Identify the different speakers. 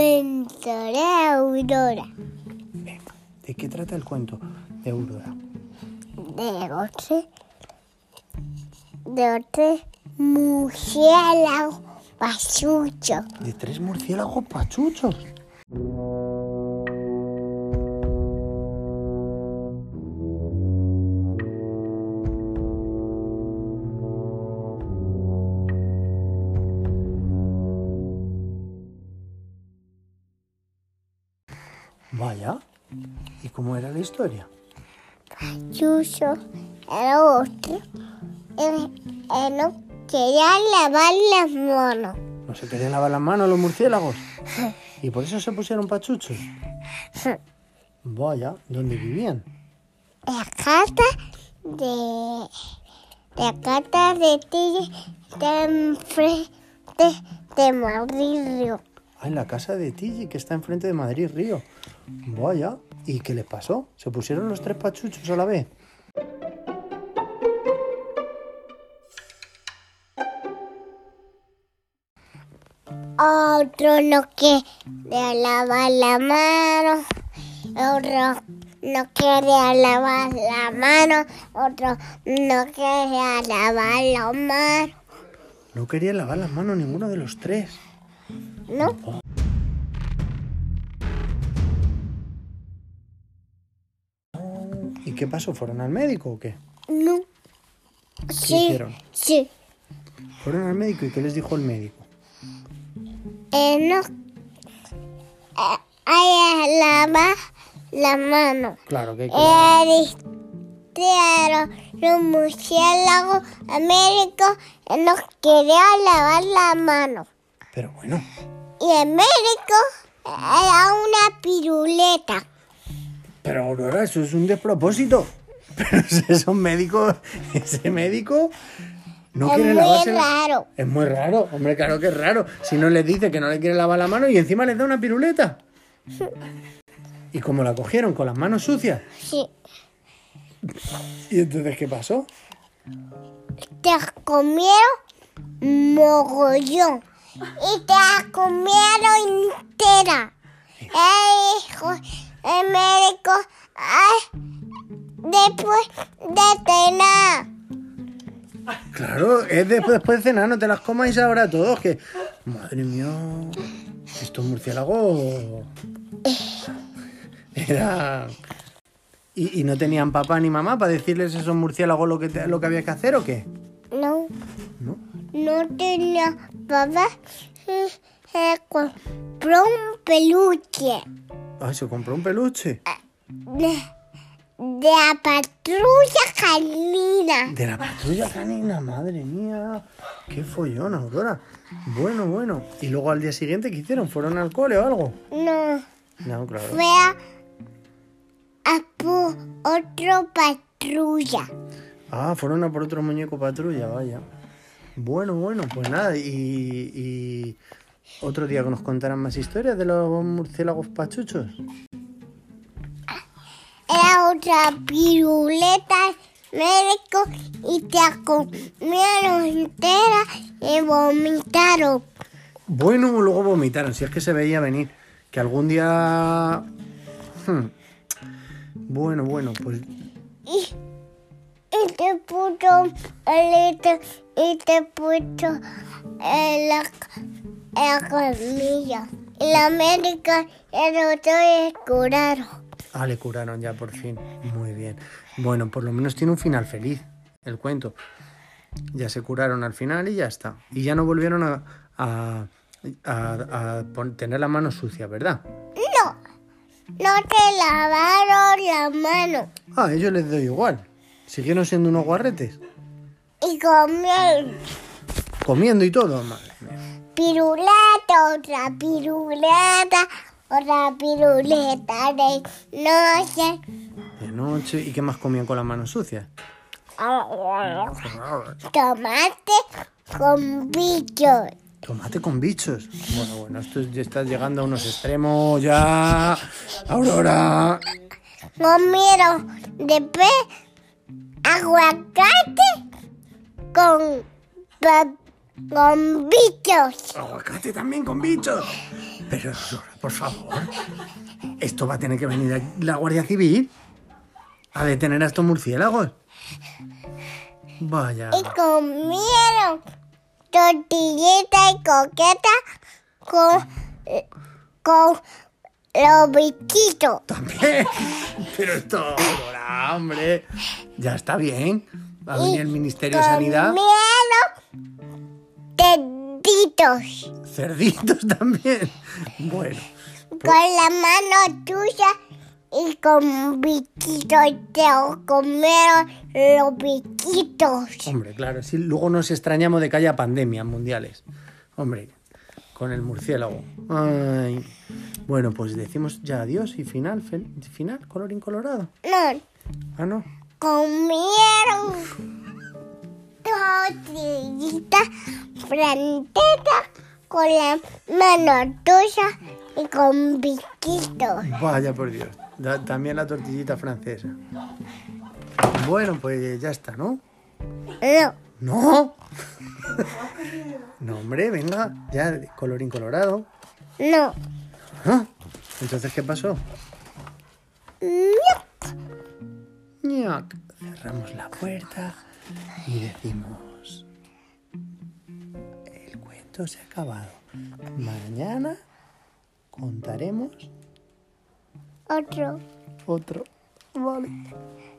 Speaker 1: aventura Aurora
Speaker 2: Bien. ¿De qué trata el cuento de Aurora?
Speaker 1: de otro, de otro murciélago pasucho.
Speaker 2: De tres murciélagos pachuchos. Vaya. ¿Y cómo era la historia?
Speaker 1: Pasucho era otro. Él, él no quería lavar las manos.
Speaker 2: ¿No se querían lavar las manos los murciélagos? ¿Y por eso se pusieron pachuchos? Vaya, ¿dónde vivían?
Speaker 1: La carta de. La carta de ti está enfrente de Madrid Río.
Speaker 2: Ah, en la casa de Tilly, que está enfrente de Madrid Río. Vaya, ¿y qué les pasó? ¿Se pusieron los tres pachuchos a la vez?
Speaker 1: Otro no quería lavar la mano. Otro no quería lavar la mano. Otro no quería lavar la mano.
Speaker 2: No querían lavar las manos ninguno de los tres.
Speaker 1: ¿No?
Speaker 2: ¿Y qué pasó? ¿Fueron al médico o qué?
Speaker 1: No. Sí.
Speaker 2: hicieron?
Speaker 1: Sí.
Speaker 2: Fueron al médico y ¿qué les dijo el médico?
Speaker 1: Eh, no. Eh, ay, lavar la mano.
Speaker 2: Claro que...
Speaker 1: Eligieron los murciélagos Américo eh, no quería lavar la mano.
Speaker 2: Pero bueno,
Speaker 1: Y Américo era una piruleta.
Speaker 2: pero Aurora, eso es un despropósito. Pero si esos médicos, ese médico no
Speaker 1: Es
Speaker 2: quiere
Speaker 1: muy
Speaker 2: lavarse la-
Speaker 1: raro.
Speaker 2: Es muy raro, hombre, claro que es raro. Si no les dice que no le quiere lavar la mano y encima les da una piruleta. ¿Y cómo la cogieron? ¿Con las manos sucias?
Speaker 1: Sí.
Speaker 2: ¿Y entonces qué pasó?
Speaker 1: Te comieron mogollón. Y te la comieron entera. El hijo Américo ay, después de cenar.
Speaker 2: Claro, es de- después de cenar, no te las comáis ahora todos, que... Madre mía, estos murciélagos... Era... ¿Y, y no tenían papá ni mamá para decirles a esos murciélagos lo que, te- lo que había que hacer o qué?
Speaker 1: No.
Speaker 2: ¿No?
Speaker 1: No tenía papá. eh, eh, compró un peluche
Speaker 2: Ay, Ah, se compró un peluche
Speaker 1: de, de la patrulla canina.
Speaker 2: de la patrulla canina, madre mía. Qué follón, Aurora. Bueno, bueno. ¿Y luego al día siguiente qué hicieron? ¿Fueron al cole o algo?
Speaker 1: No,
Speaker 2: No, claro.
Speaker 1: fue a, a por otro patrulla.
Speaker 2: Ah, fueron a por otro muñeco patrulla, vaya. Bueno, bueno, pues nada, y, y otro día que nos contarán más historias de los murciélagos pachuchos.
Speaker 1: Era otra piruleta médico y te la comieron entera y vomitaron.
Speaker 2: Bueno, luego vomitaron, si es que se veía venir. Que algún día... Hmm. Bueno, bueno, pues
Speaker 1: y, y te puso el hito- y te puso en la, en la colmilla. Y la médica y el otro le curaron.
Speaker 2: Ah, le curaron ya por fin. Muy bien. Bueno, por lo menos tiene un final feliz el cuento. Ya se curaron al final y ya está. Y ya no volvieron a, a, a- a pon- tener la mano sucia, ¿verdad?
Speaker 1: No, no te lavaron la mano
Speaker 2: Ah, a ellos les doy igual. Siguieron siendo unos guarretes.
Speaker 1: y comieron
Speaker 2: Comiendo y todo, madre mía.
Speaker 1: piruleta, otra piruleta, otra piruleta de noche.
Speaker 2: De noche. ¿Y qué más comían con las manos sucias?
Speaker 1: Ah, Tomate con bichos.
Speaker 2: Tomate con bichos. Bueno, bueno, esto ya está llegando a unos extremos ya. Aurora.
Speaker 1: comieron después aguacate con, pa- con bichos
Speaker 2: Aguacate también con bichos. Pero, Aurora, por favor, esto va a tener que venir aquí la Guardia Civil a detener a estos murciélagos. Vaya.
Speaker 1: Y comieron tortillita y coqueta con, con los bichitos.
Speaker 2: También. Pero esto, Aurora, hombre. Ya está bien. Va a venir el Ministerio
Speaker 1: Eh,
Speaker 2: de Sanidad.
Speaker 1: Comieron deditos
Speaker 2: Cerditos también. Bueno.
Speaker 1: con la mano tuya y con bichitos te lo comieron los bichitos.
Speaker 2: Hombre, claro, si luego nos extrañamos de que haya pandemias mundiales. Hombre, con el murciélago. Ay. Bueno, pues decimos ya adiós y final, fel- final, colorín colorado.
Speaker 1: No,
Speaker 2: Ah, no.
Speaker 1: comieron tortillita francesa con la mano tuya y con bichitos.
Speaker 2: Vaya por Dios. Da- también la tortillita francesa. Bueno, pues ya está, ¿no?
Speaker 1: No,
Speaker 2: ¡No! no, hombre, venga, ya, colorín colorado.
Speaker 1: no,
Speaker 2: Ah, Entonces, ¿qué pasó?
Speaker 1: no.
Speaker 2: Ñac. Cerramos la puerta y decimos, el cuento se ha acabado. Mañana contaremos
Speaker 1: Otro.
Speaker 2: otro. Vale.